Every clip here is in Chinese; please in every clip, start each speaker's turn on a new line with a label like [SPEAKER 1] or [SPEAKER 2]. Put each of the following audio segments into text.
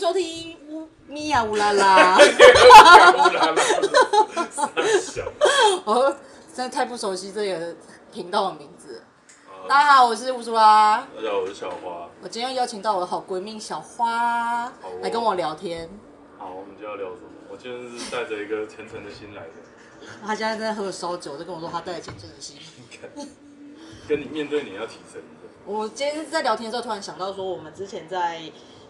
[SPEAKER 1] 收听乌咪呀乌啦 啦。哦，真的太不熟悉这个频道的名字了。
[SPEAKER 2] 哦
[SPEAKER 1] 大家好，我是乌苏拉。
[SPEAKER 2] 大家好，我是小花。
[SPEAKER 1] 我今天邀请到我的好闺蜜小花
[SPEAKER 2] 好哦
[SPEAKER 1] 来跟我聊天。
[SPEAKER 2] 好，我们今天要聊什么？我今天是带着一个虔诚的心来的，
[SPEAKER 1] 她现在在喝烧酒，就跟我说她带了前阵的心。
[SPEAKER 2] 你看，跟你面对你要提升一
[SPEAKER 1] 我今天在聊天的时候，突然想到说，我们之前在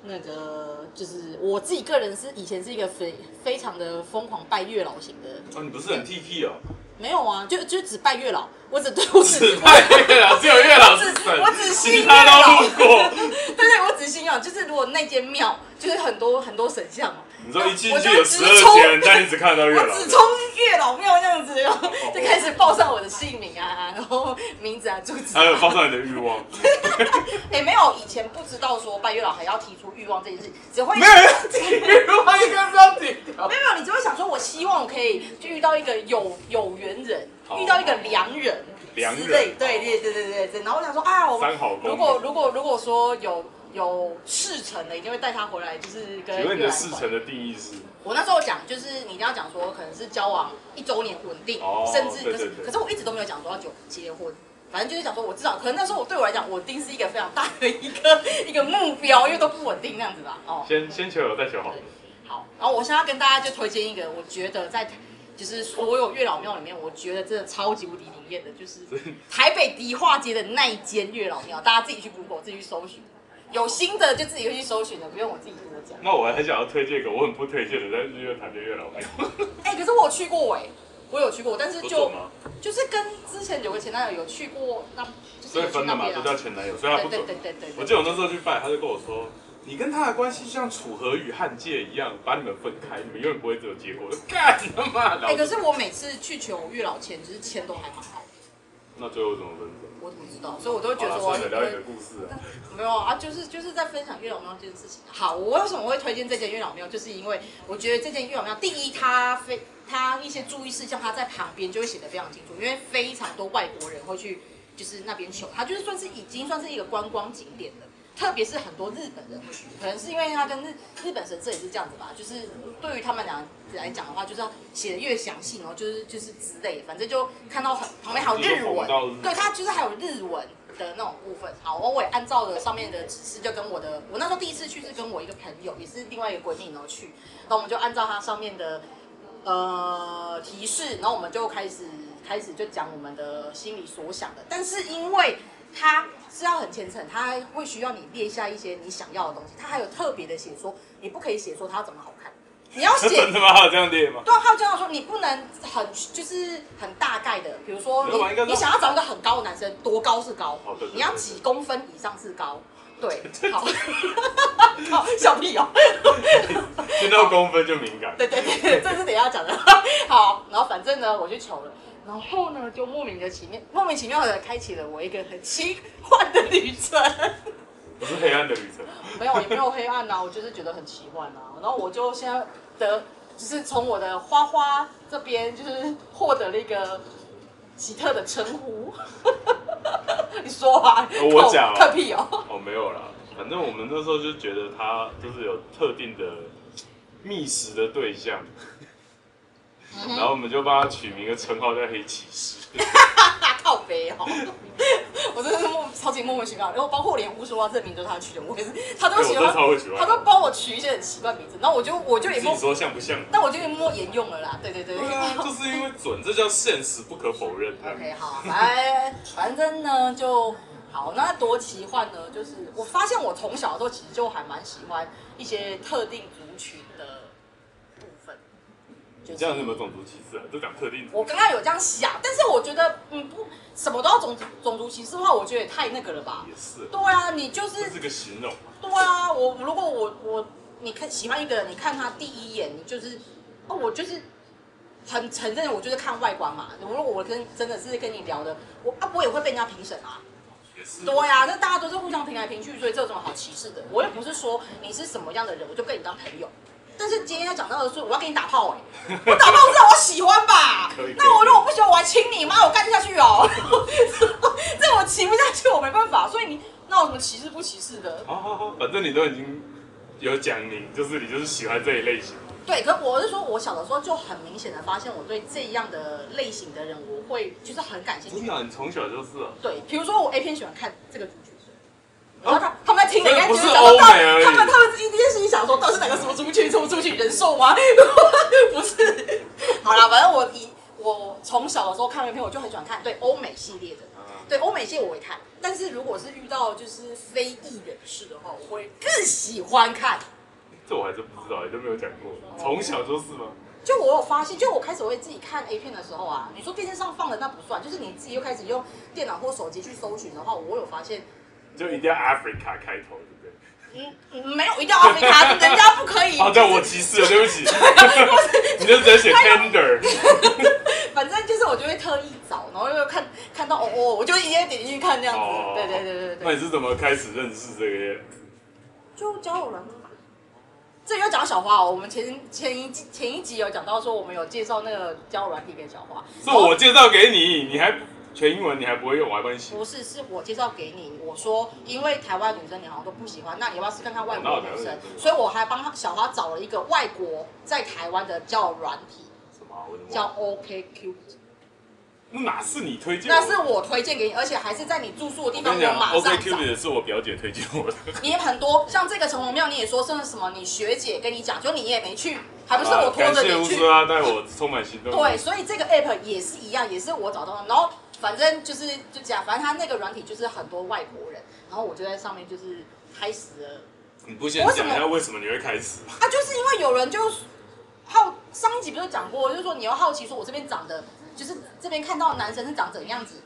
[SPEAKER 1] 那个，就是我自己个人是以前是一个非非常的疯狂拜月老型的，
[SPEAKER 2] 下。啊，你不是很 T T 哦？
[SPEAKER 1] 没有啊，就就只拜月老，我只对我只
[SPEAKER 2] 只拜月老，只有月老是神，
[SPEAKER 1] 我只信
[SPEAKER 2] 其
[SPEAKER 1] 月老
[SPEAKER 2] 他都路 过。
[SPEAKER 1] 对对，我只信仰，就是如果那间庙就是很多很多神像嘛，
[SPEAKER 2] 你知道一进
[SPEAKER 1] 我就
[SPEAKER 2] 去有
[SPEAKER 1] 直
[SPEAKER 2] 十二
[SPEAKER 1] 冲
[SPEAKER 2] 间，但你只看得到月
[SPEAKER 1] 我
[SPEAKER 2] 老。哦
[SPEAKER 1] 只冲月老庙这样子，然后就开始报上我的姓名啊，然后名字啊、住址
[SPEAKER 2] 还有
[SPEAKER 1] 啊。
[SPEAKER 2] 放上你的欲望，
[SPEAKER 1] 哎、没有，以前不知道说拜月老还要提出欲望这件事，只会
[SPEAKER 2] 没有人提欲望，应该不要提
[SPEAKER 1] 没。有
[SPEAKER 2] 掉
[SPEAKER 1] 没有，你只会想说，我希望我可以就遇到一个有有缘人，
[SPEAKER 2] 哦
[SPEAKER 1] 遇到一个良人，
[SPEAKER 2] 良人哦
[SPEAKER 1] 之类对对对对对对。然后我想说啊，我
[SPEAKER 2] 三好公
[SPEAKER 1] 如果如果如果说有有事成的，一定会带他回来，就是跟
[SPEAKER 2] 请问你
[SPEAKER 1] 月
[SPEAKER 2] 的
[SPEAKER 1] 老
[SPEAKER 2] 事
[SPEAKER 1] 玩
[SPEAKER 2] 成的定义是？
[SPEAKER 1] 我那时候讲就是你一定要讲说可能是交往一周年稳定，
[SPEAKER 2] 哦
[SPEAKER 1] 甚至
[SPEAKER 2] 对
[SPEAKER 1] 可是
[SPEAKER 2] 对对
[SPEAKER 1] 可是我一直都没有讲说要久结婚，反正就是讲说我至少可能那时候我对我来讲稳定是一个非常大的一个 一个目标，因为都不稳定那样子吧。哦，
[SPEAKER 2] 先先求有，再求好
[SPEAKER 1] 对。好，然后我现在要跟大家就推荐一个，我觉得在就是所有月老庙里面，我觉得真的超级无敌灵验的，就是台北迪化街的那一间月老庙，大家自己去 Google 自己去搜寻，有新的就自己会去搜寻的，不用我自己多讲。
[SPEAKER 2] 那我很想要推荐一个我很不推荐的，在日月潭的月老庙，
[SPEAKER 1] 哎、可是我有去过哎、我有去过，但是
[SPEAKER 2] 不
[SPEAKER 1] 就
[SPEAKER 2] 错吗？
[SPEAKER 1] 就是跟之前有个前男友有去过那，就是
[SPEAKER 2] 所以
[SPEAKER 1] 有去
[SPEAKER 2] 分
[SPEAKER 1] 那
[SPEAKER 2] 了嘛，
[SPEAKER 1] 边
[SPEAKER 2] 就
[SPEAKER 1] 啊。
[SPEAKER 2] 叫前男友，所以他不
[SPEAKER 1] 对
[SPEAKER 2] 准
[SPEAKER 1] 对。对对
[SPEAKER 2] 我
[SPEAKER 1] 对
[SPEAKER 2] 记得我那时候去拜，他就跟我说，你跟他的关系像楚河与汉界一样，把你们分开，你们永远不会有结果。我说干他妈 的！
[SPEAKER 1] 哎、可是我每次去求月老签，就是签都还蛮好的，
[SPEAKER 2] 那最后怎么分手？
[SPEAKER 1] 我怎么知道？所以我都会觉
[SPEAKER 2] 好
[SPEAKER 1] 得
[SPEAKER 2] 了，
[SPEAKER 1] 说，
[SPEAKER 2] 算了，聊你
[SPEAKER 1] 因
[SPEAKER 2] 的
[SPEAKER 1] 为
[SPEAKER 2] 故事啊。
[SPEAKER 1] 没有啊，就是就是在分享月老庙这件事情。好，我为什么会推荐这间月老庙，就是因为我觉得这间月老庙，第一，它非它一些注意事项，它在旁边就会写得非常清楚，因为非常多外国人会去就是那边求，它就是算是已经算是一个观光景点了。特别是很多日本人会去，可能是因为它跟日日本神社也是这样子吧，就是对于他们俩来讲的话，就是要写的越详细，然后就是就是之类的，反正就看到很旁边还有日
[SPEAKER 2] 就是红
[SPEAKER 1] 文
[SPEAKER 2] 到日，
[SPEAKER 1] 对，它就是还有日文的那种部分。好，我也按照了上面的指示，就跟我的我那时候第一次去是跟我一个朋友，也是另外一个闺蜜然后去，然后我们就按照它上面的呃提示，然后我们就开始开始就讲我们的心里所想的，但是因为它是要很虔诚，它会需要你列下一些你想要的东西，它还有特别的写说，你不可以写说它要怎么好看，你要写
[SPEAKER 2] 真的吗？还有这样列 吗？
[SPEAKER 1] 对啊，他有这样说，你不能很就是很大概的，比如说
[SPEAKER 2] 没有吧应该
[SPEAKER 1] 你
[SPEAKER 2] 是
[SPEAKER 1] 你想要找一个很高的男生，多高是高？
[SPEAKER 2] 哦对对对
[SPEAKER 1] 你要几公分以上是高？对，好， 好，小屁哦，
[SPEAKER 2] 听到公分就敏感。
[SPEAKER 1] 对对对，这是等一下讲的。 好，然后反正呢，我去求了，然后呢，就莫名的奇妙，莫名其妙的开启了我一个很奇幻的旅程。
[SPEAKER 2] 不是黑暗的旅程，
[SPEAKER 1] 没有，也没有黑暗啊呐、我就是觉得很奇幻呐、然后我就现在得，就是从我的花花这边，就是获得了一个奇特的称呼。 你说啊，
[SPEAKER 2] 哦我讲哦
[SPEAKER 1] 看屁哦。
[SPEAKER 2] 哦，没有啦。反正我们那时候就觉得他就是有特定的觅食的对象，
[SPEAKER 1] 嗯
[SPEAKER 2] 然后我们就帮他取名一个称号叫黑骑士。
[SPEAKER 1] 大靠背哦，我真的是莫超级莫名其妙的，然后包括我连乌说话这名都是他取的，我也是，他都喜
[SPEAKER 2] 哎我真的
[SPEAKER 1] 欢
[SPEAKER 2] 超会取外，
[SPEAKER 1] 他
[SPEAKER 2] 号
[SPEAKER 1] 都帮我取一些很奇怪的名字，然后我就我就也
[SPEAKER 2] 自
[SPEAKER 1] 默
[SPEAKER 2] 己，说像不像？
[SPEAKER 1] 但我就也默沿用了啦，对对对
[SPEAKER 2] 对啊，就是因为准，这叫现实不可否认。
[SPEAKER 1] OK，好，反反正呢就好。那多奇幻呢？就是我发现我从小的时候其实就还蛮喜欢一些特定族群的部分，就
[SPEAKER 2] 你
[SPEAKER 1] 是
[SPEAKER 2] 这样有没有种族歧视啊？就讲特定
[SPEAKER 1] 我
[SPEAKER 2] 族，
[SPEAKER 1] 刚刚有这样想，但是我觉得嗯不什么都要种族种族歧视的话，我觉得也太那个了吧？
[SPEAKER 2] 也是，
[SPEAKER 1] 对啊，你就
[SPEAKER 2] 这
[SPEAKER 1] 是
[SPEAKER 2] 是个形容。
[SPEAKER 1] 对啊，我如果我我你看喜欢一个人，你看他第一眼，你就是哦，我就是很承认，我就是看外观嘛。如果我跟真的是跟你聊的，我啊我也会被人家评审啊。
[SPEAKER 2] 也是，
[SPEAKER 1] 对呀、啊，那大家都是互相评来评去，所以这有什么好歧视的？我又不是说你是什么样的人，我就跟你当朋友。但是今天要讲到的是，我要跟你打 炮哎、我打炮至少我喜欢吧
[SPEAKER 2] 可以可以。
[SPEAKER 1] 那我如果不喜欢，我还亲你妈，我干得下去哦。 这我骑不下去，我没办法。所以你那有什么歧视不歧视的？
[SPEAKER 2] 好好好，反正你都已经有讲你，就是你就是喜欢这一类型。
[SPEAKER 1] 对，可我是说，我小的时候就很明显的发现，我对这样的类型的人，我会就是很感兴
[SPEAKER 2] 真
[SPEAKER 1] 趣。
[SPEAKER 2] 的啊，你从小就是啊。
[SPEAKER 1] 对，比如说我 A 片喜欢看这个主角，然后
[SPEAKER 2] 啊
[SPEAKER 1] 他他们在听的应该觉
[SPEAKER 2] 哦不
[SPEAKER 1] 得
[SPEAKER 2] 是
[SPEAKER 1] 想说
[SPEAKER 2] 欧
[SPEAKER 1] 到
[SPEAKER 2] 美而已
[SPEAKER 1] 他们他们一定心里想说，到底是哪个什么族群？什么族群人兽吗？ 不是，好啦，反正我以我从小的时候看 A 片，我就很喜欢看对欧美系列的。
[SPEAKER 2] 嗯
[SPEAKER 1] 对欧美系我会看，但是如果是遇到就是非裔人士的话，我会更喜欢看。
[SPEAKER 2] 这我还真不知道，也都没有讲过。从小就是吗？
[SPEAKER 1] 就我有发现，就我开始会自己看 A 片的时候啊，你说电视上放的那不算，就是你自己又开始用电脑或手机去搜寻的话，我有发现，
[SPEAKER 2] 就一定要 Africa 开头，对不对？
[SPEAKER 1] 嗯，嗯没有一定要阿非卡，人家不可以。
[SPEAKER 2] 哦，对，我歧视了，对不 起。你就直接写 tender，
[SPEAKER 1] 反正就是我就会特意找，然后又看看到哦哦，我就一定点进去看这样子。
[SPEAKER 2] 哦
[SPEAKER 1] 对对对对
[SPEAKER 2] 那
[SPEAKER 1] 对，
[SPEAKER 2] 你是怎么开始认识这个的？
[SPEAKER 1] 就交友软体吧。这又讲到小花哦，我们前前一集前一集有讲到说，我们有介绍那个交友软体给小花，
[SPEAKER 2] 是我介绍给你，你还全英文，你还不会用，我还帮你写。
[SPEAKER 1] 不是，是我介绍给你。我说，因为台湾女生你好像都不喜欢，那你要不要试看看外国女
[SPEAKER 2] 我哪有台湾
[SPEAKER 1] 生
[SPEAKER 2] 女生？
[SPEAKER 1] 所以我还帮她小花找了一个外国在台湾的叫软体，
[SPEAKER 2] 什么啊？我怎么
[SPEAKER 1] 叫
[SPEAKER 2] 忘了？
[SPEAKER 1] OKQ，
[SPEAKER 2] 那哪是你推荐我
[SPEAKER 1] 那
[SPEAKER 2] 的？
[SPEAKER 1] 是我推荐给你，而且还是在你住宿的地
[SPEAKER 2] 我
[SPEAKER 1] 方，
[SPEAKER 2] 跟
[SPEAKER 1] 我
[SPEAKER 2] 你讲
[SPEAKER 1] 马上
[SPEAKER 2] ，OK
[SPEAKER 1] 找。
[SPEAKER 2] Cupid 是我表姐推荐我的。
[SPEAKER 1] 你也很多，像这个城隍庙，你也说甚至什么，你学姐跟你讲，就你也没去，还啊不是我拖
[SPEAKER 2] 感
[SPEAKER 1] 着
[SPEAKER 2] 谢
[SPEAKER 1] 你
[SPEAKER 2] 乌
[SPEAKER 1] 去。
[SPEAKER 2] 斯拉带我充满行动。
[SPEAKER 1] 对，，所以这个 app 也是一样，也是我找到的。然后反正就是就这样，反正他那个软体就是很多外国人，然后我就在上面就是开始了。
[SPEAKER 2] 你不先讲一下为什么你会开始吗？
[SPEAKER 1] 啊，就是因为有人就好上一集不是讲过，就是说你要好奇说我这边长得，就是这边看到的男生是长怎样子。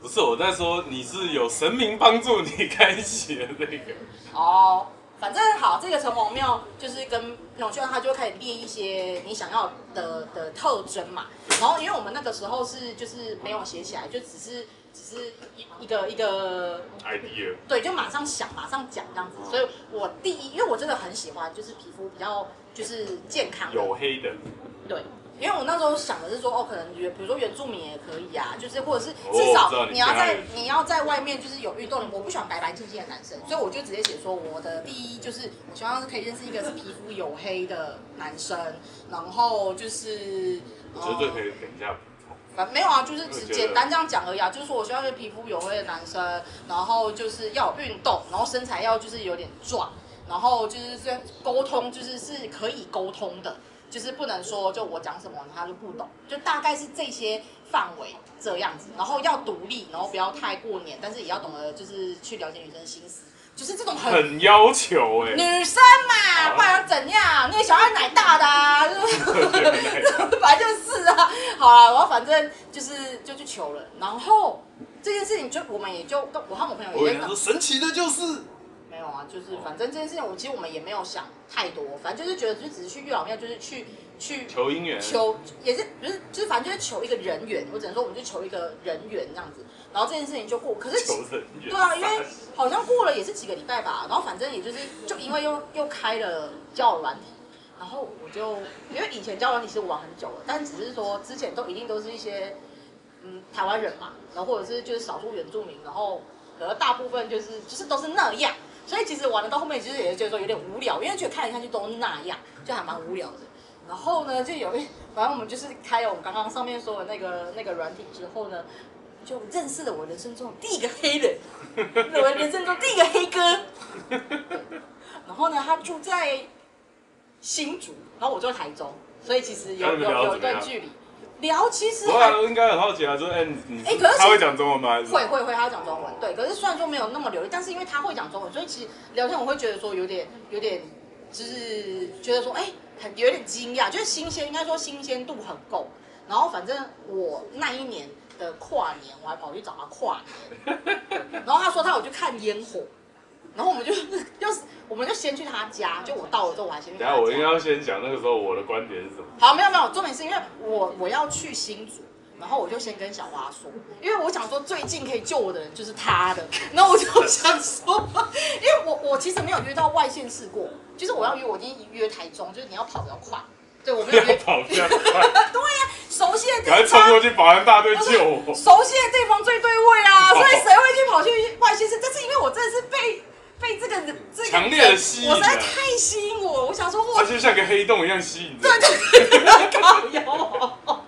[SPEAKER 2] 不是我在说，你是有神明帮助你开启的 那个。
[SPEAKER 1] 哦，反正好，这个城隍庙就是跟永轩他就会开始列一些你想要的的特征嘛。然后因为我们那个时候是就是没有写起来，就只是只是一一个一个
[SPEAKER 2] idea。
[SPEAKER 1] 对，就马上想，马上讲这样子。所以我第一，因为我真的很喜欢，就是皮肤比较就是健康的
[SPEAKER 2] 有黑的，
[SPEAKER 1] 对，因为我那时候想的是说，哦，可能原比如说原住民也可以啊，就是或者是
[SPEAKER 2] 哦
[SPEAKER 1] 至
[SPEAKER 2] 我知道
[SPEAKER 1] 少
[SPEAKER 2] 你
[SPEAKER 1] 你要
[SPEAKER 2] 家
[SPEAKER 1] 在
[SPEAKER 2] 里
[SPEAKER 1] 你要在外面就是有运动的，我不喜欢白白净净的男生，所以我就直接写说我的第一就是我希望是可以认识一个是皮肤黝黑的男生，然后就是呃
[SPEAKER 2] 我觉得这可以等一下补
[SPEAKER 1] 反没有啊，就是
[SPEAKER 2] 我
[SPEAKER 1] 只
[SPEAKER 2] 觉得
[SPEAKER 1] 简单这样讲而已啊。就是说我希望一个皮肤黝黑的男生，然后就是要有运动，然后身材要就是有点壮，然后就是这沟通就是是可以沟通的，就是不能说就我讲什么他就不懂，就大概是这些范围这样子。然后要独立，然后不要太过年，但是也要懂得就是去了解女生的心思，就是这种
[SPEAKER 2] 充。
[SPEAKER 1] 很
[SPEAKER 2] 很要求哎、欸，
[SPEAKER 1] 女生嘛，不然怎样？那个小孩奶大的啊， 反正就是啊。好啊，然后反正就是就去求了，然后这件事情就我们也就跟我和我朋友
[SPEAKER 2] 我
[SPEAKER 1] 也
[SPEAKER 2] 跟
[SPEAKER 1] 在
[SPEAKER 2] 他说神奇的就是，
[SPEAKER 1] 没有啊，就是反正这件事情我其实我们也没有想太多，反正就是觉得就只是去月老庙，就是去去
[SPEAKER 2] 求姻缘，
[SPEAKER 1] 求也是不是就是反正就是求一个人缘，我只能说我们就求一个人缘这样子，然后这件事情就过，可是
[SPEAKER 2] 求人缘。
[SPEAKER 1] 对啊，因为好像过了也是几个礼拜吧，然后反正也就是就因为又又开了交友软体，然后我就因为以前交友软体是玩很久了，但只是说之前都一定都是一些嗯台湾人嘛，然后或者是就是少数原住民，然后可能大部分就是就是都是那样，所以其实玩了到后面其实也是觉得说有点无聊，因为觉得看来看去都是那样，就还蛮无聊的。然后呢，就有一反正我们就是开了我们刚刚上面说的那个 那个软体之后呢，就认识了我人生中第一个黑人，我人生中第一个黑哥。然后呢，他住在新竹，然后我住在台中，所以其实有
[SPEAKER 2] 那你们
[SPEAKER 1] 有
[SPEAKER 2] 聊得
[SPEAKER 1] 有一
[SPEAKER 2] 怎么
[SPEAKER 1] 段
[SPEAKER 2] 样
[SPEAKER 1] 距离。聊其实
[SPEAKER 2] 我
[SPEAKER 1] 还
[SPEAKER 2] 啊，应该很好奇啊，就是哎、你
[SPEAKER 1] 哎可是
[SPEAKER 2] 他会讲中文吗？还是
[SPEAKER 1] 会会会，他讲中文，对。可是虽然说没有那么流利，但是因为他会讲中文，所以其实聊天我会觉得说有点有点，就是觉得说哎、很有点惊讶，就是新鲜，应该说新鲜度很够。然后反正我那一年的跨年，我还跑去找他跨 年，然后他说他有去看烟火，然后我们就 就是我们就先去他家，就我到了之后我还先去
[SPEAKER 2] 等一
[SPEAKER 1] 他
[SPEAKER 2] 下我应该
[SPEAKER 1] 家。
[SPEAKER 2] 要先讲那个时候我的观点是什么。
[SPEAKER 1] 好，没有没有，重点是因为我我要去新竹。然后我就先跟小花说，因为我想说最近可以救我的人就是他的，然后我就想说，因为我我其实没有约到外县市过，就是我要约我一定约台中，就是你要跑比较快，对我
[SPEAKER 2] 不
[SPEAKER 1] 没有
[SPEAKER 2] 要
[SPEAKER 1] 约啊
[SPEAKER 2] 跑，不要跑，
[SPEAKER 1] 熟悉的
[SPEAKER 2] 赶快
[SPEAKER 1] 地
[SPEAKER 2] 冲
[SPEAKER 1] 方
[SPEAKER 2] 过，去！保安大队救
[SPEAKER 1] 啊
[SPEAKER 2] 我！
[SPEAKER 1] 熟悉的地方最对位啊，所以谁会去跑去外县市？但是因为我真的是被被这个这个
[SPEAKER 2] 强烈的吸引
[SPEAKER 1] 我实在
[SPEAKER 2] 了
[SPEAKER 1] 太吸引我，我想说哇
[SPEAKER 2] 它，就像个黑洞一样吸引着。
[SPEAKER 1] 好油。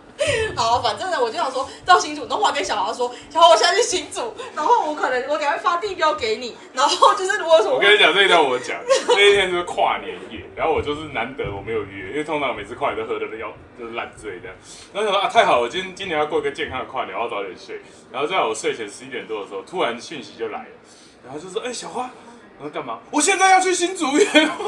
[SPEAKER 1] 好，反正呢，我就想说到新竹，然后我还跟小豪说，小豪，我现在去新竹，然后我可能我给他发地标给你，然后就是如果有什么
[SPEAKER 2] 我跟你讲，这一段我讲，那一天就是跨年夜，然后我就是难得我没有约，因为通常每次跨年都喝的要就是烂醉这样。然后想说啊，太好了，我今天今年要过一个健康的跨年，我要早点睡。然后在我睡前十一点多的时候，突然讯息就来了，然后就说：“哎、小花，我说干嘛？我现在要去新竹约炮。然后我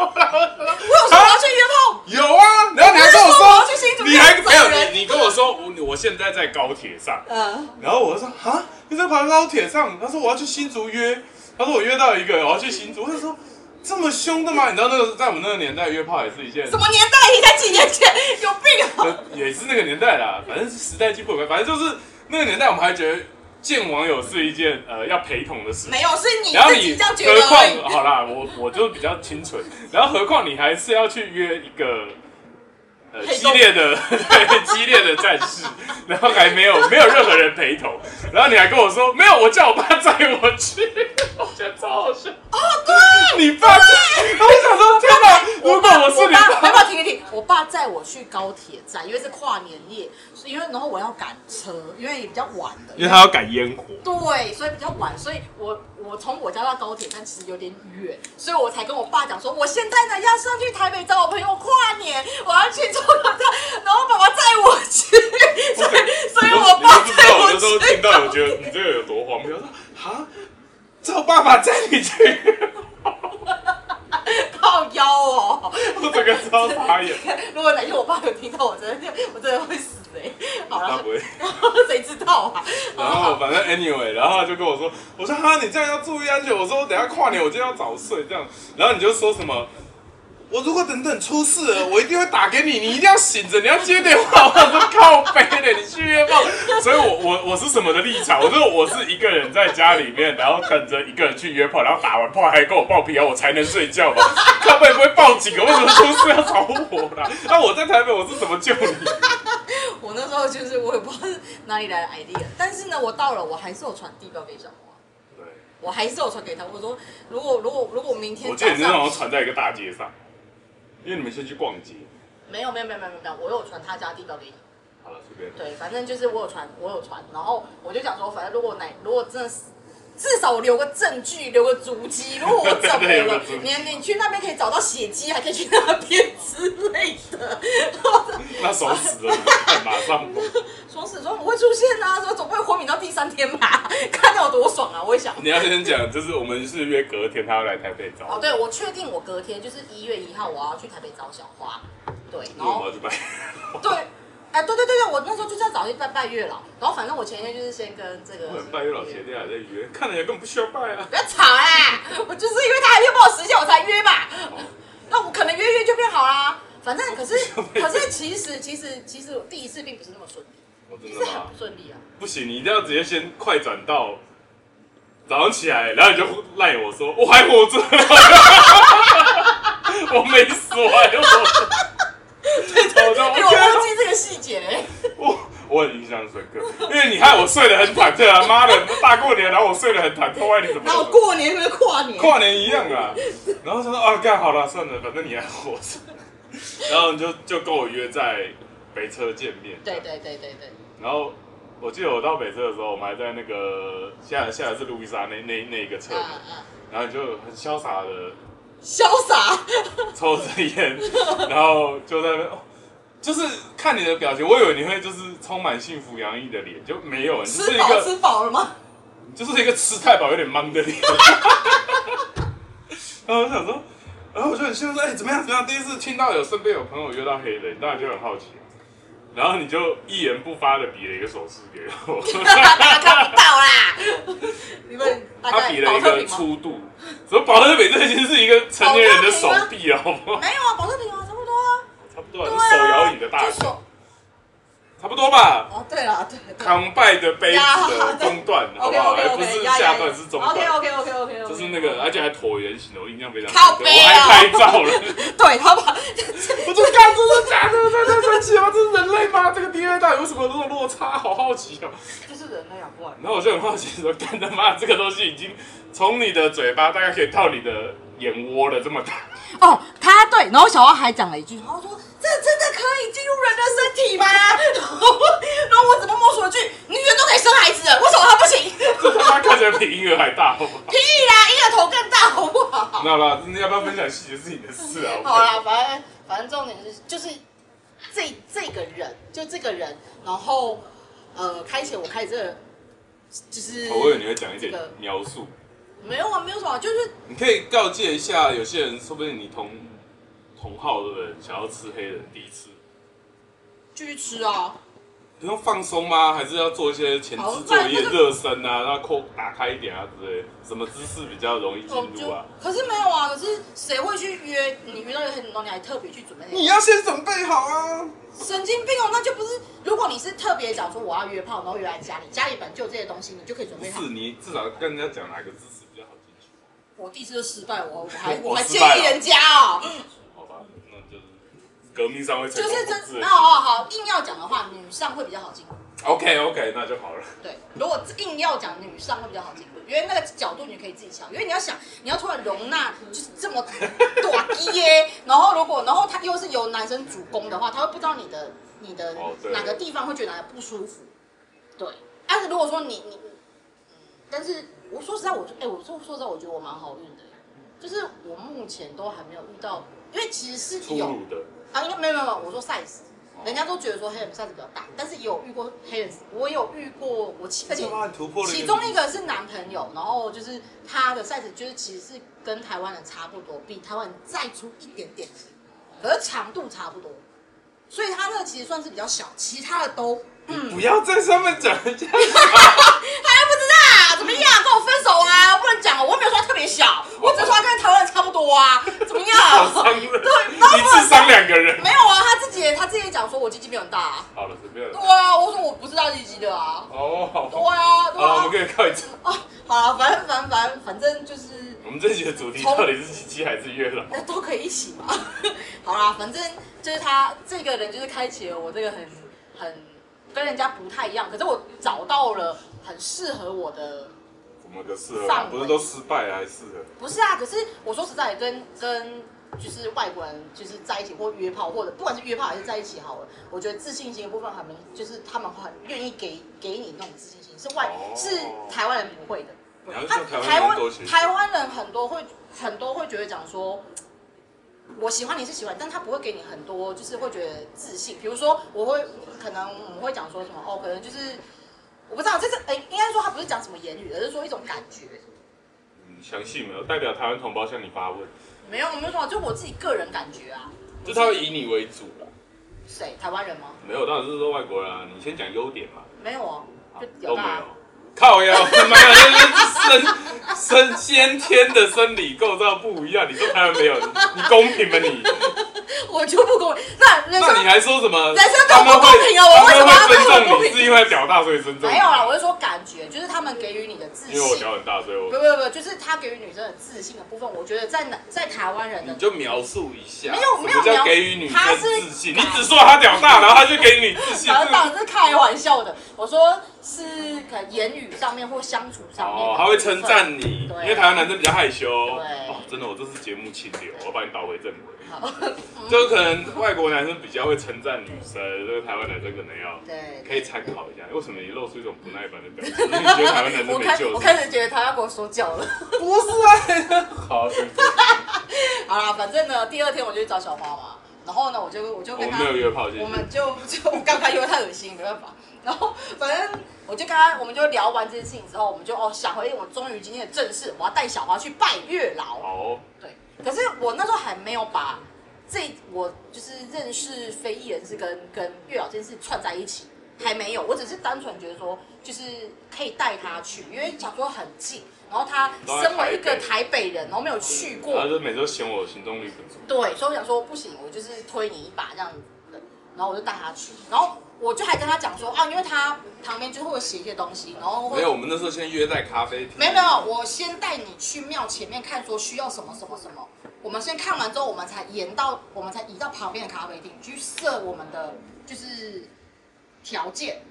[SPEAKER 2] 说
[SPEAKER 1] 我有什么要去约炮，
[SPEAKER 2] 有啊，然后你还跟我
[SPEAKER 1] 我要去新竹
[SPEAKER 2] 说，你还
[SPEAKER 1] 找
[SPEAKER 2] 没有
[SPEAKER 1] 人
[SPEAKER 2] 你，你跟我说我我现在在高铁上，
[SPEAKER 1] 嗯、
[SPEAKER 2] 然后我就说啊，你在爬高铁上？他说我要去新竹约，他说我约到一个，我要去新竹。我就说这么凶的吗？你知道那个在我们那个年代约炮也是一 件，
[SPEAKER 1] 什么年代？你才几年前，有病啊！
[SPEAKER 2] 呃也是那个年代啦，反正是时代进步，反正就是那个年代我们还觉得见网友是一件呃要陪同的事。
[SPEAKER 1] 没有，是 你
[SPEAKER 2] 然后
[SPEAKER 1] 自己
[SPEAKER 2] 你
[SPEAKER 1] 这样觉得
[SPEAKER 2] 何
[SPEAKER 1] 而已。
[SPEAKER 2] 况好啦，我我就比较清 纯，然后何况你还是要去约一个。呃，
[SPEAKER 1] 黑
[SPEAKER 2] 激
[SPEAKER 1] 洞
[SPEAKER 2] 烈的 对激烈的战 事，然后还没有没有任何人陪同，然后你还跟我说没有，我叫我爸载我去， 我觉得超好笑。哦，对，你爸载，我想说天哪，如果我是
[SPEAKER 1] 我
[SPEAKER 2] 你
[SPEAKER 1] 爸，要不
[SPEAKER 2] 爸，
[SPEAKER 1] 要停一停？我爸载我去高铁站，因为是跨年夜，所以因为然后我要赶车，因为也比较晚的。
[SPEAKER 2] 因为他要赶烟火，
[SPEAKER 1] 对，所以比较晚，所以我我从我家到高铁站其实有点远，所以我才跟我爸讲说，我现在呢要上去台北找我朋友跨年，我要去中国站，然后爸爸载我 去， 所以所以我爸
[SPEAKER 2] 你都不知
[SPEAKER 1] 载
[SPEAKER 2] 道，我
[SPEAKER 1] 我
[SPEAKER 2] 那时候
[SPEAKER 1] 去
[SPEAKER 2] 听到，我觉得嗯你这个有多荒谬，我说啊，叫爸爸载你去，
[SPEAKER 1] 靠腰哦。
[SPEAKER 2] 我整个超傻眼。
[SPEAKER 1] 如果哪天我爸有听到，我真的我真的会死哎、好
[SPEAKER 2] 他
[SPEAKER 1] 了
[SPEAKER 2] 不，会。
[SPEAKER 1] 谁知道啊？
[SPEAKER 2] 然后反正 anyway，然后他就跟我说，我说哈，你这样要注意安全。我说我等一下跨年我就要早睡这样。然后你就说什么，我如果等等出事了，我一定会打给你，你一定要醒着，你要接电话。 我说靠背的，你去约炮。所以我我我是什么的立场？我说我是一个人在家里面，然后等着一个人去约炮，然后打完炮还跟我报平安，我才能睡觉嘛。他们也不会报警啊？为什么出事要找我啦？那我在台北，我是怎么救你？
[SPEAKER 1] 我那时候就是我也不知道是哪里来的 idea，但是呢，我到了我还是有传地标给小花，
[SPEAKER 2] 对，
[SPEAKER 1] 我还是有传给他，我说如果如果如果明天
[SPEAKER 2] 我
[SPEAKER 1] 早
[SPEAKER 2] 记得你那好
[SPEAKER 1] 上
[SPEAKER 2] 像传在一个大街上，因为你们先去逛街。
[SPEAKER 1] 没有没有没有没有没有没有，我有传他家地标给你。
[SPEAKER 2] 好了，随便。
[SPEAKER 1] 对，反正就是我有传，我有传，然后我就讲说，反正如果哪如果真的是。至少我留个证据，留个足迹。如果我怎么
[SPEAKER 2] 留
[SPEAKER 1] 了
[SPEAKER 2] 个足，迹
[SPEAKER 1] 你你去那边可以找到血迹，还可以去那边之类的。
[SPEAKER 2] 那手死了，马上疯。
[SPEAKER 1] 爽死说我会出现啊，说总不会活敏到第三天吧？看到有多爽啊！我也想。
[SPEAKER 2] 你要先讲，就是我们是约隔天他要来台北找
[SPEAKER 1] 哦，
[SPEAKER 2] 我，
[SPEAKER 1] 对，我确定我隔天就是一月一号，我要去台北找小花。对，
[SPEAKER 2] 因
[SPEAKER 1] 然
[SPEAKER 2] 为我们
[SPEAKER 1] 后
[SPEAKER 2] 要去拜。
[SPEAKER 1] 对，哎、对对对对，我那时候就是要找去拜拜月老。然后反正我前一天就是先跟这个
[SPEAKER 2] 我们拜月老前天还在约，看了也根本不需要拜啊。
[SPEAKER 1] 不要吵啦！我就是因为他还没有帮我实现，我才约嘛。那我可能约约就变好啦。反正 可是可是其实其实其实我第一次并不是那么顺利，
[SPEAKER 2] 我真
[SPEAKER 1] 就
[SPEAKER 2] 的
[SPEAKER 1] 是很
[SPEAKER 2] 吗
[SPEAKER 1] 不？顺利啊。
[SPEAKER 2] 不行，你一定要直接先快转到早上起来，然后你就赖我说我还 活着，我没死，我还活着。我说
[SPEAKER 1] 哎、我
[SPEAKER 2] OK 啊
[SPEAKER 1] 忘记这个细节了、
[SPEAKER 2] 我哦我很印象深刻，因为你害我睡得很忐忑啊！妈的，大过年，然后我睡得很忐忑，万一你怎么
[SPEAKER 1] 然后
[SPEAKER 2] 了？
[SPEAKER 1] 过年是跨年，
[SPEAKER 2] 跨年一样啊！然后他说啊，干好了，算了，反正你还活着。然后你就就跟我约在北车见面。
[SPEAKER 1] 对。对对对对，
[SPEAKER 2] 然后我记得我到北车的时候，我们还在那个下下来是路易莎那那那一个
[SPEAKER 1] 嗯
[SPEAKER 2] 侧门，
[SPEAKER 1] 嗯，
[SPEAKER 2] 然后你就很潇洒的
[SPEAKER 1] 潇洒，
[SPEAKER 2] 抽着烟， 然后就在那边，哦就是看你的表情，我以为你会就是充满幸福洋溢的脸，就没有，你就是
[SPEAKER 1] 吃
[SPEAKER 2] 一
[SPEAKER 1] 饱
[SPEAKER 2] 个
[SPEAKER 1] 吃饱了 吗？
[SPEAKER 2] 就是一个吃太饱有点懵的脸。 然后我想说，然后我就很兴奋说，哎、怎么样怎么样？第一次听到有身边有朋友约到黑人，当然就很好奇。啊然后你就一言不发的比了一个手势给 我，
[SPEAKER 1] 大家看不到啦。你们大
[SPEAKER 2] 他
[SPEAKER 1] 概
[SPEAKER 2] 比了一
[SPEAKER 1] 保特
[SPEAKER 2] 个
[SPEAKER 1] 瓶吗？
[SPEAKER 2] 粗度，什么保特瓶这已经是一个成年人的手臂了，好不好？
[SPEAKER 1] 没有啊，保特瓶啊，差不多啊。
[SPEAKER 2] 差不多啊，
[SPEAKER 1] 对
[SPEAKER 2] 就
[SPEAKER 1] 啊，
[SPEAKER 2] 手摇椅的大
[SPEAKER 1] 就
[SPEAKER 2] 小，
[SPEAKER 1] 手
[SPEAKER 2] 差不多吧。
[SPEAKER 1] 哦，对了，对对。
[SPEAKER 2] 康拜的杯
[SPEAKER 1] 呀
[SPEAKER 2] 子的中 段，好不
[SPEAKER 1] 哦 OK
[SPEAKER 2] 好？
[SPEAKER 1] OK
[SPEAKER 2] 还
[SPEAKER 1] OK，
[SPEAKER 2] 不是下段，是中段。
[SPEAKER 1] OK OK OK OK OK，
[SPEAKER 2] 就是那个，啊而且还椭圆形的，我印象非常深
[SPEAKER 1] 靠
[SPEAKER 2] 刻。
[SPEAKER 1] 背
[SPEAKER 2] 我还
[SPEAKER 1] 哦
[SPEAKER 2] 拍照了，
[SPEAKER 1] 对，他把
[SPEAKER 2] 我就看这是假的，这这这这奇吗？这是人类吗？这个 DNA 到底为什么有这种落差？好好奇哦。
[SPEAKER 1] 就是人类啊，过来。
[SPEAKER 2] 然后我就很好奇说，干他妈这个东西已经从你的嘴巴大概可以到你的眼窝了这么大，
[SPEAKER 1] 哦，他对，然后小花还讲了一句，然后说这真的可以进入人的身体吗？ 然后然后我只摸摸索一句，女人都可以生孩子了，为什么她不行？
[SPEAKER 2] 这他妈看起来比婴儿还大，好不好？
[SPEAKER 1] 屁啦，婴儿头更大，好不好？
[SPEAKER 2] 那好啦，你要不要分享细节是你的事啊？
[SPEAKER 1] 好啦，反正反正重点是就是这这个人，就这个人，然后呃，开启我开始这个就是
[SPEAKER 2] 我以为你会讲一点描述，
[SPEAKER 1] 没有啊，没有什么，就是
[SPEAKER 2] 你可以告诫一下有些人，说不定你同同号的人想要吃黑人第一次，
[SPEAKER 1] 继续吃啊。
[SPEAKER 2] 不用放松吗？还是要做一些前置作业、热身啊，让扣打开一点啊之类的，什么姿势比较容易
[SPEAKER 1] 哦
[SPEAKER 2] 进
[SPEAKER 1] 就
[SPEAKER 2] 入啊？
[SPEAKER 1] 可是没有啊，可是谁会去约你约到一个很多，你还特别去准备那个？
[SPEAKER 2] 你要先准备好啊！
[SPEAKER 1] 神经病哦，那就不是。如果你是特别讲说我要约炮，然后约来家里，家里本就有这些东西，你就可以准
[SPEAKER 2] 不
[SPEAKER 1] 备好
[SPEAKER 2] 是。你至少跟人家讲哪个姿势比较好进去，
[SPEAKER 1] 我第一次就失败，我我还
[SPEAKER 2] 我
[SPEAKER 1] 我还
[SPEAKER 2] 失
[SPEAKER 1] 建
[SPEAKER 2] 败了
[SPEAKER 1] 议人家哦，
[SPEAKER 2] 好吧？那就是革命上会成
[SPEAKER 1] 就
[SPEAKER 2] 功
[SPEAKER 1] 是
[SPEAKER 2] 不
[SPEAKER 1] 真
[SPEAKER 2] 自
[SPEAKER 1] 那好好硬要讲的话，女上会比较好进入。
[SPEAKER 2] OK OK，那就好了。
[SPEAKER 1] 对，如果硬要讲女上会比较好进入，因为那个角度你可以自己想，因为你要想你要突然容纳就是这么短一耶，然后如果然后他又是由男生主攻的话，他会不知道你的你的
[SPEAKER 2] 哦对
[SPEAKER 1] 哪个地方会觉得哪里不舒服。对，但是如果说你你，嗯但是我说实在，我哎、我说说实在，我觉得我蛮好运的，就是我目前都还没有遇到，因为其实是
[SPEAKER 2] 粗
[SPEAKER 1] 有
[SPEAKER 2] 鲁的，
[SPEAKER 1] 啊，应该没有没有没有，我说 size，人家都觉得说黑人 size 比较大，但是也有遇过黑人，我也有遇过，我其而且
[SPEAKER 2] 他妈突破了
[SPEAKER 1] 其中一
[SPEAKER 2] 个
[SPEAKER 1] 个是男朋友，然后就是他的 size 就是其实是跟台湾人差不多，比台湾人再粗一点点，可是长度差不多，所以他那个其实算是比较小，其他的都嗯
[SPEAKER 2] 你嗯不要在上面讲人家。
[SPEAKER 1] 他不知道啊怎么样，跟我分手啊，不能讲哦，我又没有说他特别小，我只是说他跟台湾人差不多啊，怎么
[SPEAKER 2] 好
[SPEAKER 1] 样？
[SPEAKER 2] 伤 人，你
[SPEAKER 1] 然后
[SPEAKER 2] 智商两个人。
[SPEAKER 1] 没有啊，他自己也他自己也讲说我鸡鸡没有很大、啊。
[SPEAKER 2] 好了，随便
[SPEAKER 1] 对
[SPEAKER 2] 了。
[SPEAKER 1] 啊，我说我不是大鸡鸡的啊。
[SPEAKER 2] 哦，
[SPEAKER 1] 对
[SPEAKER 2] 好，
[SPEAKER 1] 啊，对
[SPEAKER 2] 好，我
[SPEAKER 1] 啊
[SPEAKER 2] 们。可以告一次。
[SPEAKER 1] 哦，好了，反正反正反正反正就是
[SPEAKER 2] 我们这集的主题
[SPEAKER 1] 从
[SPEAKER 2] 到底是鸡鸡还是月老？
[SPEAKER 1] 那都可以一起嘛。 好啦，反正就是他这个人就是开启了我这个很很跟人家不太一样，可是我找到了很适合我的。
[SPEAKER 2] 怎么个适合啊？
[SPEAKER 1] 上
[SPEAKER 2] 不是都失败了还是合？
[SPEAKER 1] 不是啊，可是我说实在的，跟跟就是外国人就是在一起或约炮，或者不管是约炮还是在一起好了，我觉得自信心的部分还没，就是他们很愿意给给你那种自信心，是外、
[SPEAKER 2] 哦
[SPEAKER 1] 是台湾人不会的。
[SPEAKER 2] 你要向
[SPEAKER 1] 他台
[SPEAKER 2] 台湾人
[SPEAKER 1] 湾
[SPEAKER 2] 多学习
[SPEAKER 1] 台湾人很多会很多会觉得讲说，我喜欢你是喜欢，但他不会给你很多，就是会觉得自信。比如说，我会可能我们会讲说什么哦，可能就是我不知道，这是哎、应该说他不是讲什么言语，而是说一种感觉。
[SPEAKER 2] 嗯，详细没有？代表台湾同胞向你发问，
[SPEAKER 1] 没有，没有什么，就我自己个人感觉啊。
[SPEAKER 2] 就是他会以你为主啦。
[SPEAKER 1] 谁？台湾人吗？
[SPEAKER 2] 没有，当然是说外国人啊。你先讲优点嘛，
[SPEAKER 1] 没有啊，
[SPEAKER 2] 啊
[SPEAKER 1] 就有
[SPEAKER 2] 都没
[SPEAKER 1] 吧
[SPEAKER 2] 有。靠呀！我他妈的，那是生生先天的生理构造不一样，你说台湾没有，你公平吗 你？
[SPEAKER 1] 我就不公平。那人
[SPEAKER 2] 那你
[SPEAKER 1] 生
[SPEAKER 2] 还说什么？
[SPEAKER 1] 人生
[SPEAKER 2] 他
[SPEAKER 1] 都
[SPEAKER 2] 们
[SPEAKER 1] 不
[SPEAKER 2] 会
[SPEAKER 1] 公平啊！我为什么
[SPEAKER 2] 他
[SPEAKER 1] 要
[SPEAKER 2] 们会
[SPEAKER 1] 对
[SPEAKER 2] 尊
[SPEAKER 1] 我
[SPEAKER 2] 重
[SPEAKER 1] 公
[SPEAKER 2] 你是
[SPEAKER 1] 平？
[SPEAKER 2] 因为屌大所以尊重你？
[SPEAKER 1] 没有啦，我是说感觉，就是他们给予你的自
[SPEAKER 2] 因为我
[SPEAKER 1] 信。
[SPEAKER 2] 屌很大，所以
[SPEAKER 1] 不
[SPEAKER 2] 我
[SPEAKER 1] 不不，就是他给予女生的自信的部分，我觉得在哪在台湾人的
[SPEAKER 2] 你就描述一下，
[SPEAKER 1] 没有
[SPEAKER 2] 什
[SPEAKER 1] 没
[SPEAKER 2] 么
[SPEAKER 1] 有
[SPEAKER 2] 叫
[SPEAKER 1] 描
[SPEAKER 2] 给予女生
[SPEAKER 1] 他是
[SPEAKER 2] 自信？你只说他屌大，然后他就给你自信，
[SPEAKER 1] 然后
[SPEAKER 2] 这
[SPEAKER 1] 当然是开玩笑的，我说是可能言语上面或相处上面的部分，，
[SPEAKER 2] 哦他会称赞你，
[SPEAKER 1] 对
[SPEAKER 2] 因为台湾男生比较害羞。
[SPEAKER 1] 对
[SPEAKER 2] 哦，真的，我这是节目清流，我要把你导回正轨。
[SPEAKER 1] 好。
[SPEAKER 2] 就可能外国男生比较会称赞女生，这个台湾男生可能要
[SPEAKER 1] 对，
[SPEAKER 2] 可以参考一下。为什么你露出一种不耐烦的表情？因为你觉得台湾男生
[SPEAKER 1] 我
[SPEAKER 2] 没
[SPEAKER 1] 开
[SPEAKER 2] 救
[SPEAKER 1] 我
[SPEAKER 2] 是
[SPEAKER 1] 开始觉得他要跟我说教了。
[SPEAKER 2] 不是啊，好，对不起
[SPEAKER 1] 好啦，反正呢，第二天我就去找小花嘛，然后呢，我就我就
[SPEAKER 2] 我
[SPEAKER 1] 跟
[SPEAKER 2] 们
[SPEAKER 1] 他
[SPEAKER 2] 没，有约炮，谢谢
[SPEAKER 1] 我。 们就就我刚才因为太恶心，没办法。然后反正我就跟他，我们就聊完这件事情之后，我们就哦想回我终于今天的正事，我要带小花去拜月老。
[SPEAKER 2] 好，
[SPEAKER 1] 对，可是我那时候还没有把这我就是认识非裔人士跟跟月老这件事串在一起，还没有，我只是单纯觉得说就是可以带他去，因为想说很近，然后他
[SPEAKER 2] 都在
[SPEAKER 1] 身为一个
[SPEAKER 2] 台北
[SPEAKER 1] 台北人，然后没有去过
[SPEAKER 2] 然，后就每周嫌我行动力不足。
[SPEAKER 1] 对，所以我想说不行，我就是推你一把这样子的，然后我就带他去，然后我就还跟他讲说啊，因为他旁边就会写一些东西，然后会
[SPEAKER 2] 没有，我们那时候先约在咖啡厅。
[SPEAKER 1] 没有没有，我先带你去庙前面看，说需要什么什么什么。我们先看完之后，我们才延到，我们才移到旁边的咖啡厅去设我们的就是条件。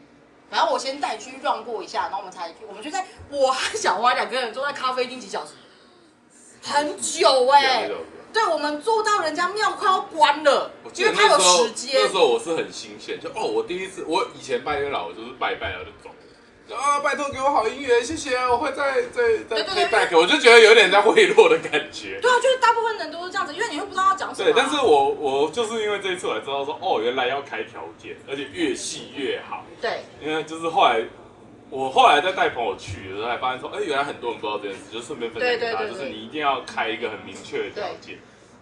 [SPEAKER 1] 然后我先带你去乱过一下，然后我们才去，我们就在我和小花两个人坐在咖啡厅几小时，很久哎、
[SPEAKER 3] 两个小时
[SPEAKER 1] 对，我们坐到人家庙快要关了
[SPEAKER 3] 我，记
[SPEAKER 1] 因
[SPEAKER 3] 得
[SPEAKER 1] 为它有
[SPEAKER 3] 那时候
[SPEAKER 1] 时间
[SPEAKER 3] 那。时候我是很新鲜，就哦，我第一次，我以前拜月老，我就是拜一拜然后就走了。
[SPEAKER 2] 啊，拜托给我好姻缘，谢谢，我会再再
[SPEAKER 1] 对
[SPEAKER 2] 再
[SPEAKER 1] 对对
[SPEAKER 2] 再拜给我，我就觉得有点在贿赂的感觉。
[SPEAKER 1] 对啊，就是大部分人都是这样子，因为你会不知道要讲什么啊、
[SPEAKER 2] 对，但是我我就是因为这一次我才知道说，哦，原来要开条件，而且越细越好。
[SPEAKER 1] 对，
[SPEAKER 2] 因为就是后来我后来在带朋友去的时候，才发现说，哎、原来很多人不知道这件事，就顺便分享给
[SPEAKER 1] 对对
[SPEAKER 2] 大家，
[SPEAKER 1] 对
[SPEAKER 2] 就是
[SPEAKER 1] 对
[SPEAKER 2] 你一定要开一个很明确的条件，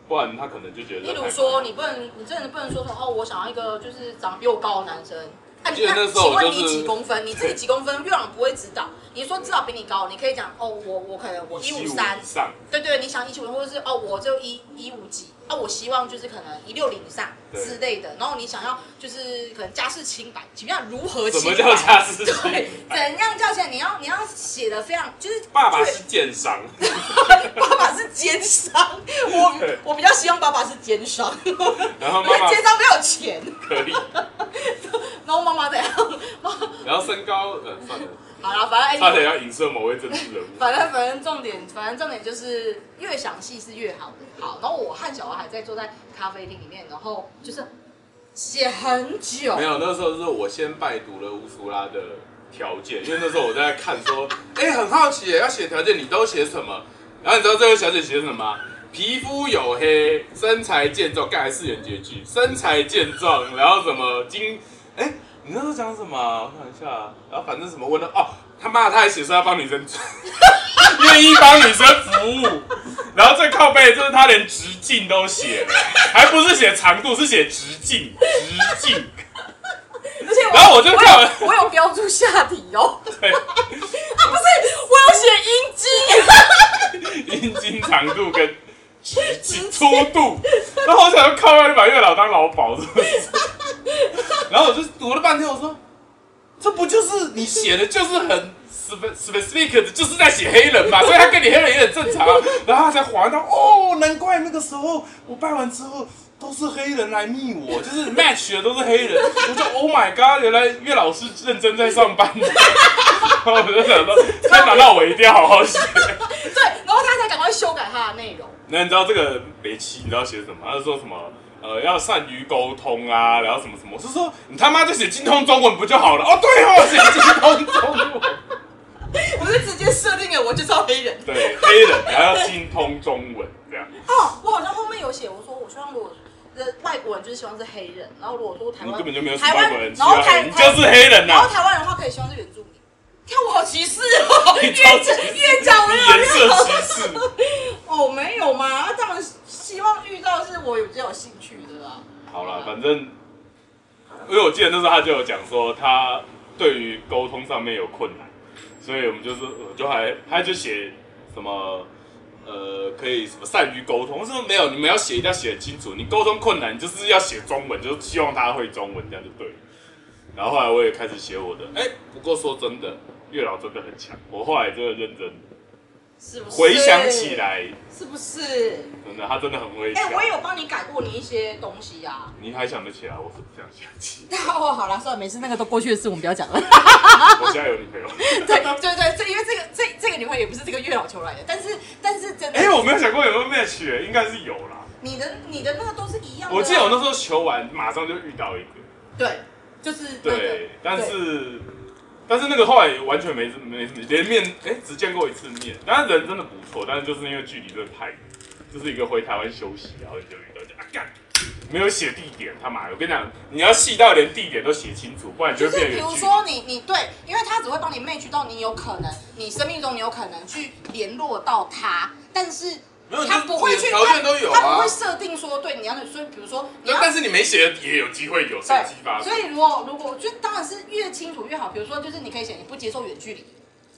[SPEAKER 2] 不然他可能就觉
[SPEAKER 1] 例
[SPEAKER 2] 得。
[SPEAKER 1] 如说，你不能，你真的不能说说哦，我想要一个就是长得比我高的男生。啊，
[SPEAKER 2] 记得那时候
[SPEAKER 1] 请问
[SPEAKER 2] 我就是
[SPEAKER 1] 你几公分？你自己几公分？月朗不会指导。你说至少比你高，你可以讲哦，我我可能我一五三
[SPEAKER 2] 以，上，
[SPEAKER 1] 对对，你想一七五，或者是哦，我就一一五几啊，我希望就是可能一六零以上
[SPEAKER 2] 对
[SPEAKER 1] 之类的。然后你想要就是可能家世清白，怎么样如何
[SPEAKER 2] 什
[SPEAKER 1] 清
[SPEAKER 2] 么
[SPEAKER 1] 白？
[SPEAKER 2] 叫家 世清
[SPEAKER 1] 对，
[SPEAKER 2] 白？
[SPEAKER 1] 怎样叫起来？你要你要写的非常 就是
[SPEAKER 2] 爸爸
[SPEAKER 1] 对
[SPEAKER 2] 是奸商，
[SPEAKER 1] 爸爸是奸商，我我比较希望爸爸是奸商，因为
[SPEAKER 2] 然后妈妈
[SPEAKER 1] 奸商没有钱。
[SPEAKER 2] 可以，
[SPEAKER 1] 然后妈妈怎样？妈
[SPEAKER 2] 然后身高，呃，算了，
[SPEAKER 1] 好了，反正
[SPEAKER 2] 差
[SPEAKER 1] anyway，
[SPEAKER 2] 点要影射某位政治人物。
[SPEAKER 1] 反正反正重点，反正重点就是越详细是越好的。好，然后我和小孩还在坐在咖啡厅里面，然后就是写很久
[SPEAKER 2] 没。有，那时候是我先拜读了乌苏拉的条件，因为那时候我在看说，哎、很好奇耶要写条件，你都写什么？然后你知道这位小姐写什么吗？皮肤黝黑，身材健壮，刚才四元结句，身材健壮，然后什么精，哎、你那时候讲什么啊？我想一下，然后反正什么问了，哦，他妈的，他还写说要帮女生， 愿意帮女生服务，然后最靠背就是他连直径都写了，还不是写长度，是写直径，直径。
[SPEAKER 1] 而且我
[SPEAKER 2] 然后我就看
[SPEAKER 1] 我
[SPEAKER 2] 完
[SPEAKER 1] 有我有标注下体哦，
[SPEAKER 2] 对，
[SPEAKER 1] 啊不是，我有写阴 茎，
[SPEAKER 2] 阴茎长度跟直径粗度，然后我想说靠，要你把月老当老鸨是不是？然后我就读了半天，我说这不就是你写的，就是很 spe- specific 的，就是在写黑人嘛，所以他跟你黑人也很正常啊。然后他才恍然到，哦，难怪那个时候我拜完之后。都是黑人来密我，就是 match 的都是黑人，我就 Oh my god，原来月老是认真在上班的，然后我就想到，那难道我一定要好好写？
[SPEAKER 1] 对，然后他才赶快修改他的内容。
[SPEAKER 2] 那你知道这个北七你知道写什么？他是说什么？呃，要善于沟通啊，然后什么什么？我是说你他妈就写精通中文不就好了？哦，对哦，写精通中 文，
[SPEAKER 1] 我是直接设定了，我就是要黑人。
[SPEAKER 2] 对，黑人然后要精通中文这样。
[SPEAKER 1] 哦，我好像后面有写，我说我希望如果呃外国人就是希望是黑人，然后如果说台
[SPEAKER 2] 你
[SPEAKER 1] 湾
[SPEAKER 2] 根本就没有写
[SPEAKER 1] 台
[SPEAKER 2] 外
[SPEAKER 1] 湾
[SPEAKER 2] 国人，
[SPEAKER 1] 然后台
[SPEAKER 2] 你就是黑人啊
[SPEAKER 1] 然后
[SPEAKER 2] 呐、
[SPEAKER 1] 台湾人的话可以希望是原住民。看啊我好歧视哦，越
[SPEAKER 2] 超级
[SPEAKER 1] 讲越讲我
[SPEAKER 2] 你
[SPEAKER 1] 有
[SPEAKER 2] 颜色
[SPEAKER 1] 有
[SPEAKER 2] 歧视。
[SPEAKER 1] 哦没有嘛，他们希望遇到是我有比较有兴趣的啊啦。
[SPEAKER 2] 好了，反正因为我记得那时候他就有讲说他对于沟通上面有困难，所以我们就是我就还他就写什么呃可以什么善于沟通，我说没有，你们要写一定要写清楚，你沟通困难你就是要写中文，就是希望他会中文，这样就对了。然后后来我也开始写我的，哎、不过说真的，月老真的很强，我后来真的认真
[SPEAKER 1] 是不是？
[SPEAKER 2] 回想起，来，
[SPEAKER 1] 是不是？
[SPEAKER 2] 真的他真的很会
[SPEAKER 1] 哎、
[SPEAKER 2] 讲，
[SPEAKER 1] 我也有帮你改过你一些东西啊。
[SPEAKER 2] 你还想得起来，我是不想想 起，
[SPEAKER 1] 哦，好了，算了，没事，那个都过去的事，我们不要讲了。
[SPEAKER 2] 我现在有女朋友。
[SPEAKER 1] 对对对，这因为这个这这个女朋友也不是这个月老求来的，但是但是真的，
[SPEAKER 2] 哎、我没有想过有没有 match，、欸、应该是有啦。
[SPEAKER 1] 你的你的那个都是一样的啊、
[SPEAKER 2] 我记得我那时候求完，马上就遇到一个，
[SPEAKER 1] 对，就是那个
[SPEAKER 2] 对，但是但是那个后来完全没没连面，哎、只见过一次面，但是人真的不错，但是就是因为距离真的太远，就是一个回台湾休息，然后你就遇到，就啊干，没有写地点，他妈的，我跟你讲，你要细到连地点都写清楚，不然你就
[SPEAKER 1] 就
[SPEAKER 2] 会
[SPEAKER 1] 是比
[SPEAKER 2] 变远
[SPEAKER 1] 如
[SPEAKER 2] 距离
[SPEAKER 1] 说你你对，因为他只会帮你 match 到你有可能，你生命中你有可能去联络到他，但是
[SPEAKER 2] 没有
[SPEAKER 1] 他
[SPEAKER 2] 就
[SPEAKER 1] 不会
[SPEAKER 2] 你
[SPEAKER 1] 去，
[SPEAKER 2] 的条件都有啊
[SPEAKER 1] 他他不会设定说对你要的，所以比如说你
[SPEAKER 2] 那
[SPEAKER 1] 要
[SPEAKER 2] 但是你没写的也有机会有神
[SPEAKER 1] 对
[SPEAKER 2] 机发生
[SPEAKER 1] 所。以如果如果就当然是越清楚越好，比如说就是你可以写你不接受远距离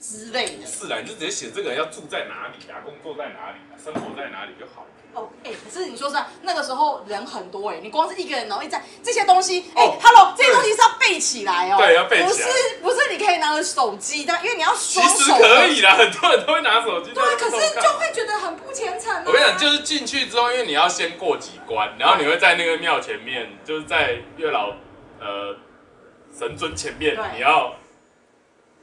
[SPEAKER 1] 之类的。
[SPEAKER 2] 是啦，你就直接写这个人要住在哪里啊，工作在哪里啊，生活在哪里就好了。
[SPEAKER 1] 哦，哎、可是你说实在，那个时候人很多哎、你光是一个人然后一站这些东西，哎、
[SPEAKER 2] 哦
[SPEAKER 1] h e l l o 这些东西是要背起来哦，
[SPEAKER 2] 对要背起来
[SPEAKER 1] 不是不是你可以拿着手机，但因为你要
[SPEAKER 2] 其
[SPEAKER 1] 双
[SPEAKER 2] 实
[SPEAKER 1] 手
[SPEAKER 2] 可以啦，很多人都会拿手机。
[SPEAKER 1] 对啊，可是就
[SPEAKER 2] 就
[SPEAKER 1] 会觉得很不虔诚、啊。
[SPEAKER 2] 我跟你讲，就是进去之后，因为你要先过几关，然后你会在那个庙前面，就是在月老呃神尊前面
[SPEAKER 1] 对，
[SPEAKER 2] 你要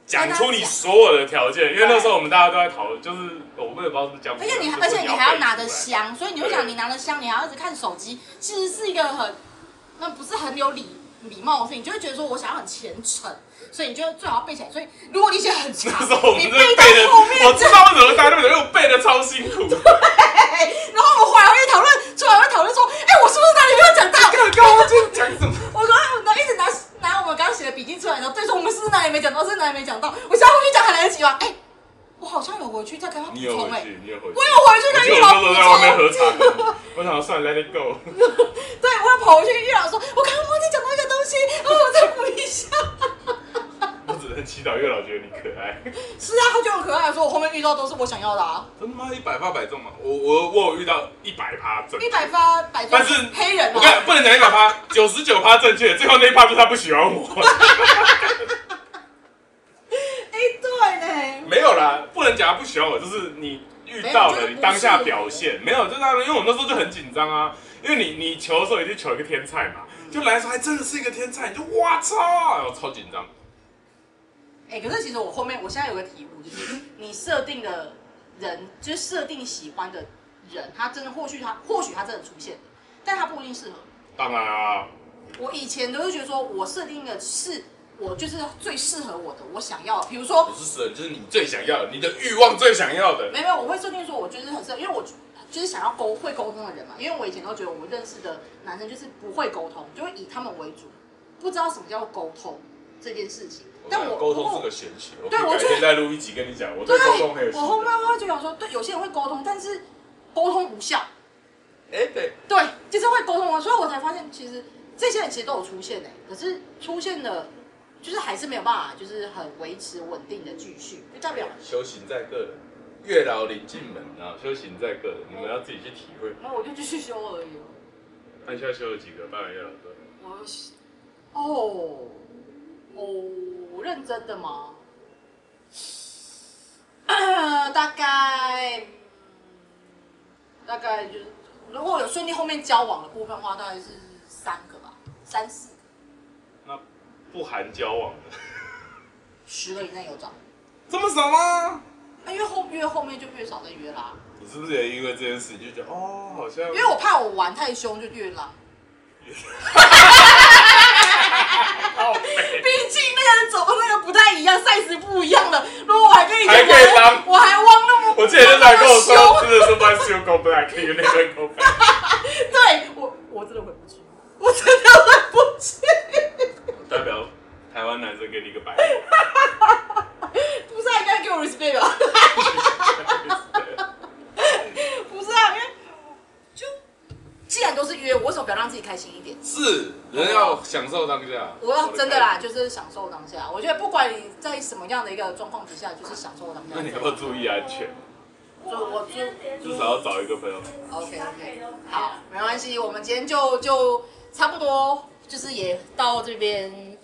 [SPEAKER 2] 讲出你所有的条件，因为那时候我们大家都在讨论，就是我们也不知道是不是讲不
[SPEAKER 1] 而
[SPEAKER 2] 出来，
[SPEAKER 1] 且你，
[SPEAKER 2] 就是
[SPEAKER 1] 而且你
[SPEAKER 2] 要
[SPEAKER 1] 还要
[SPEAKER 2] 背
[SPEAKER 1] 拿
[SPEAKER 2] 出
[SPEAKER 1] 着
[SPEAKER 2] 来
[SPEAKER 1] 香，所以你会想，你拿着香，你还要一直看手机，其实是一个很，那不是很有礼礼貌的事情，你就会觉得说我想要很虔诚，所以你就最好背起来。所以如果你写很长
[SPEAKER 2] 那时候我，们
[SPEAKER 1] 你
[SPEAKER 2] 真的
[SPEAKER 1] 到
[SPEAKER 2] 背的，
[SPEAKER 1] 后面，
[SPEAKER 2] 我知道为什么大家都因为我背的超辛苦，
[SPEAKER 1] 对 然后我们后来会讨论，出来会讨论说，哎、我是不是哪里没有讲到？
[SPEAKER 4] 刚刚我就讲什么？
[SPEAKER 1] 我说，哎我拿一直拿拿我们刚刚写的笔记出来的时候，对，说我们是不是哪里没讲到，是哪里没讲到？我现在回去讲还来得及吗？哎、我好像有回去再跟他补
[SPEAKER 2] 你有
[SPEAKER 1] 充、
[SPEAKER 2] 回
[SPEAKER 1] 哎，
[SPEAKER 2] 去，你有回去
[SPEAKER 1] 我。有回去
[SPEAKER 2] 我
[SPEAKER 1] 跟
[SPEAKER 2] 记得
[SPEAKER 1] 玉
[SPEAKER 2] 我
[SPEAKER 1] 龙
[SPEAKER 2] 那
[SPEAKER 1] 补
[SPEAKER 2] 时候在外面
[SPEAKER 1] 充
[SPEAKER 2] 喝。茶，我想算了 let it go。
[SPEAKER 1] 对，我要跑回去跟月老说，我刚刚忘记讲到一个东西，哦，我再补一 下。
[SPEAKER 2] 我只能祈祷月老觉得你可爱。
[SPEAKER 1] 是啊，他就很可爱，说我后面遇到都是我想要的啊，
[SPEAKER 2] 真他妈一百发百中嘛！我我我有遇到一百趴正，
[SPEAKER 1] 一百发百中
[SPEAKER 2] 但是
[SPEAKER 1] 黑人
[SPEAKER 2] 我跟你
[SPEAKER 1] 啊
[SPEAKER 2] 讲，，不能讲一百趴，九十九趴正确，最后那一趴就是他不喜欢我。
[SPEAKER 1] 哎，对呢，
[SPEAKER 2] 没有啦，不能讲他不喜欢我，就是你遇到了，你当下表现没有，就是他因为我那时候就很紧张啊，因为你你求的时候一定求一个天才嘛，就来的时候还真的是一个天才，你就哇操，哎我超紧张。
[SPEAKER 1] 哎，可是其实我后面我现在有个体悟，就是你设定的人，就是设定喜欢的人，他真的或许他或许他真的出现了，但他不一定适合你。
[SPEAKER 2] 当然啊，
[SPEAKER 1] 我以前都会觉得说我设定的是我就是最适合我的，我想要的，比如说
[SPEAKER 2] 不是神，就是你最想要的，你的欲望最想要的。
[SPEAKER 1] 没有，没有，我会设定说，我就是很适合，因为我就是想要沟会沟通的人嘛。因为我以前都觉得我认识的男生就是不会沟通，就会以他们为主，不知道什么叫沟通这件事情。但我
[SPEAKER 2] 沟通是
[SPEAKER 1] 不
[SPEAKER 2] 个玄学，我
[SPEAKER 1] 对
[SPEAKER 2] 可以
[SPEAKER 1] 我
[SPEAKER 2] 改
[SPEAKER 1] 觉得
[SPEAKER 2] 天再录一集跟你讲，我
[SPEAKER 1] 过
[SPEAKER 2] 对沟通很有
[SPEAKER 1] 对，
[SPEAKER 2] 心
[SPEAKER 1] 我后
[SPEAKER 2] 得
[SPEAKER 1] 面会就想说，对，有些人会沟通，但是沟通无效，
[SPEAKER 2] 哎对，
[SPEAKER 1] 对，就是会沟通，所以我才发现其实这些人其实都有出现哎、可是出现的，就是还是没有办法，就是很维持稳定的继续，就代表
[SPEAKER 2] 修行在个人，月老临进门啊，修行在个人，
[SPEAKER 1] 嗯
[SPEAKER 2] 你们要自己去体会。
[SPEAKER 1] 那我就继续修而已哦。
[SPEAKER 2] 那你现在修了几个？拜完月老之后，
[SPEAKER 1] 我又喜哦哦，认真的吗？ 大概嗯大概就是，如果有顺利后面交往的部分的话，大概是三个吧，三四个，
[SPEAKER 2] 那不含交往的，
[SPEAKER 1] 十个以内有找。
[SPEAKER 4] 这么少吗？
[SPEAKER 1] 啊，因为后越后面就越少再约啦，
[SPEAKER 2] 你是不是也因为这件事你就觉得哦，好像
[SPEAKER 1] 因为我怕我玩太凶就越拉。
[SPEAKER 2] 靠北
[SPEAKER 1] 毕竟那个人走那个不太一样，size 不一样的。如果我还跟以前
[SPEAKER 2] 还可以
[SPEAKER 1] 玩
[SPEAKER 2] 当
[SPEAKER 1] 我还汪那么，
[SPEAKER 2] 我记得那时候还跟我
[SPEAKER 1] 那么
[SPEAKER 2] 说，
[SPEAKER 1] 凶
[SPEAKER 2] 真的是 Once you go black, you never go back。
[SPEAKER 1] 对我，我真的回不去，我真的回不去。
[SPEAKER 2] 代表台湾男生给你一个白
[SPEAKER 1] 不是、啊，应该给我 respect 吧？
[SPEAKER 2] 眼。
[SPEAKER 1] 不是啊，因为就既然都是约，我为什么不要让自己开心一点？
[SPEAKER 2] 是，人要享受当下。
[SPEAKER 1] 我要真的啦，。就是享受当下。我觉得不管你在什么样的一个状况之下，就是享受当下。
[SPEAKER 2] 那你要不要注意安全？
[SPEAKER 1] 就我就
[SPEAKER 2] 至少要找一个朋友。
[SPEAKER 1] OK OK，好，没关系，我们今天就就差不多，就是也到这边。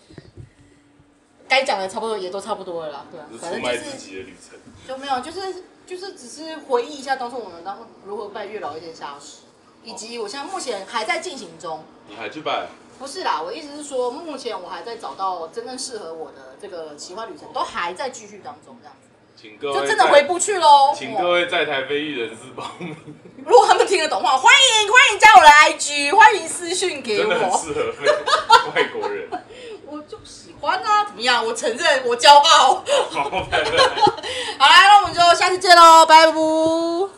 [SPEAKER 1] 该讲的差不多也都差不多了啦，对啊
[SPEAKER 2] 是，
[SPEAKER 1] 反
[SPEAKER 2] 出
[SPEAKER 1] 正
[SPEAKER 2] 卖
[SPEAKER 1] 就
[SPEAKER 2] 自
[SPEAKER 1] 是
[SPEAKER 2] 己的旅程。
[SPEAKER 1] 就没有，就是就是只是回忆一下当初我们当初如何拜月老一件下事，以及我现在目前还在进行中。
[SPEAKER 2] 你还去拜？
[SPEAKER 1] 不是啦，我意思是说，目前我还在找到真正适合我的这个奇幻旅程，都还在继续当中，这样子
[SPEAKER 2] 请各位
[SPEAKER 1] 就真的
[SPEAKER 2] 在
[SPEAKER 1] 回不去喽。
[SPEAKER 2] 请
[SPEAKER 1] 哦
[SPEAKER 2] 各位在台非艺人士报名，
[SPEAKER 1] 如果他们听得懂的话，欢迎欢迎加我的 IG，欢迎私讯给
[SPEAKER 2] 真的很
[SPEAKER 1] 我，
[SPEAKER 2] 适合被 外国人。
[SPEAKER 1] 我就喜欢啊，怎么样？我承认，我骄傲。
[SPEAKER 2] 好，拜拜。
[SPEAKER 1] 好啦，那我们就下次见喽，拜拜。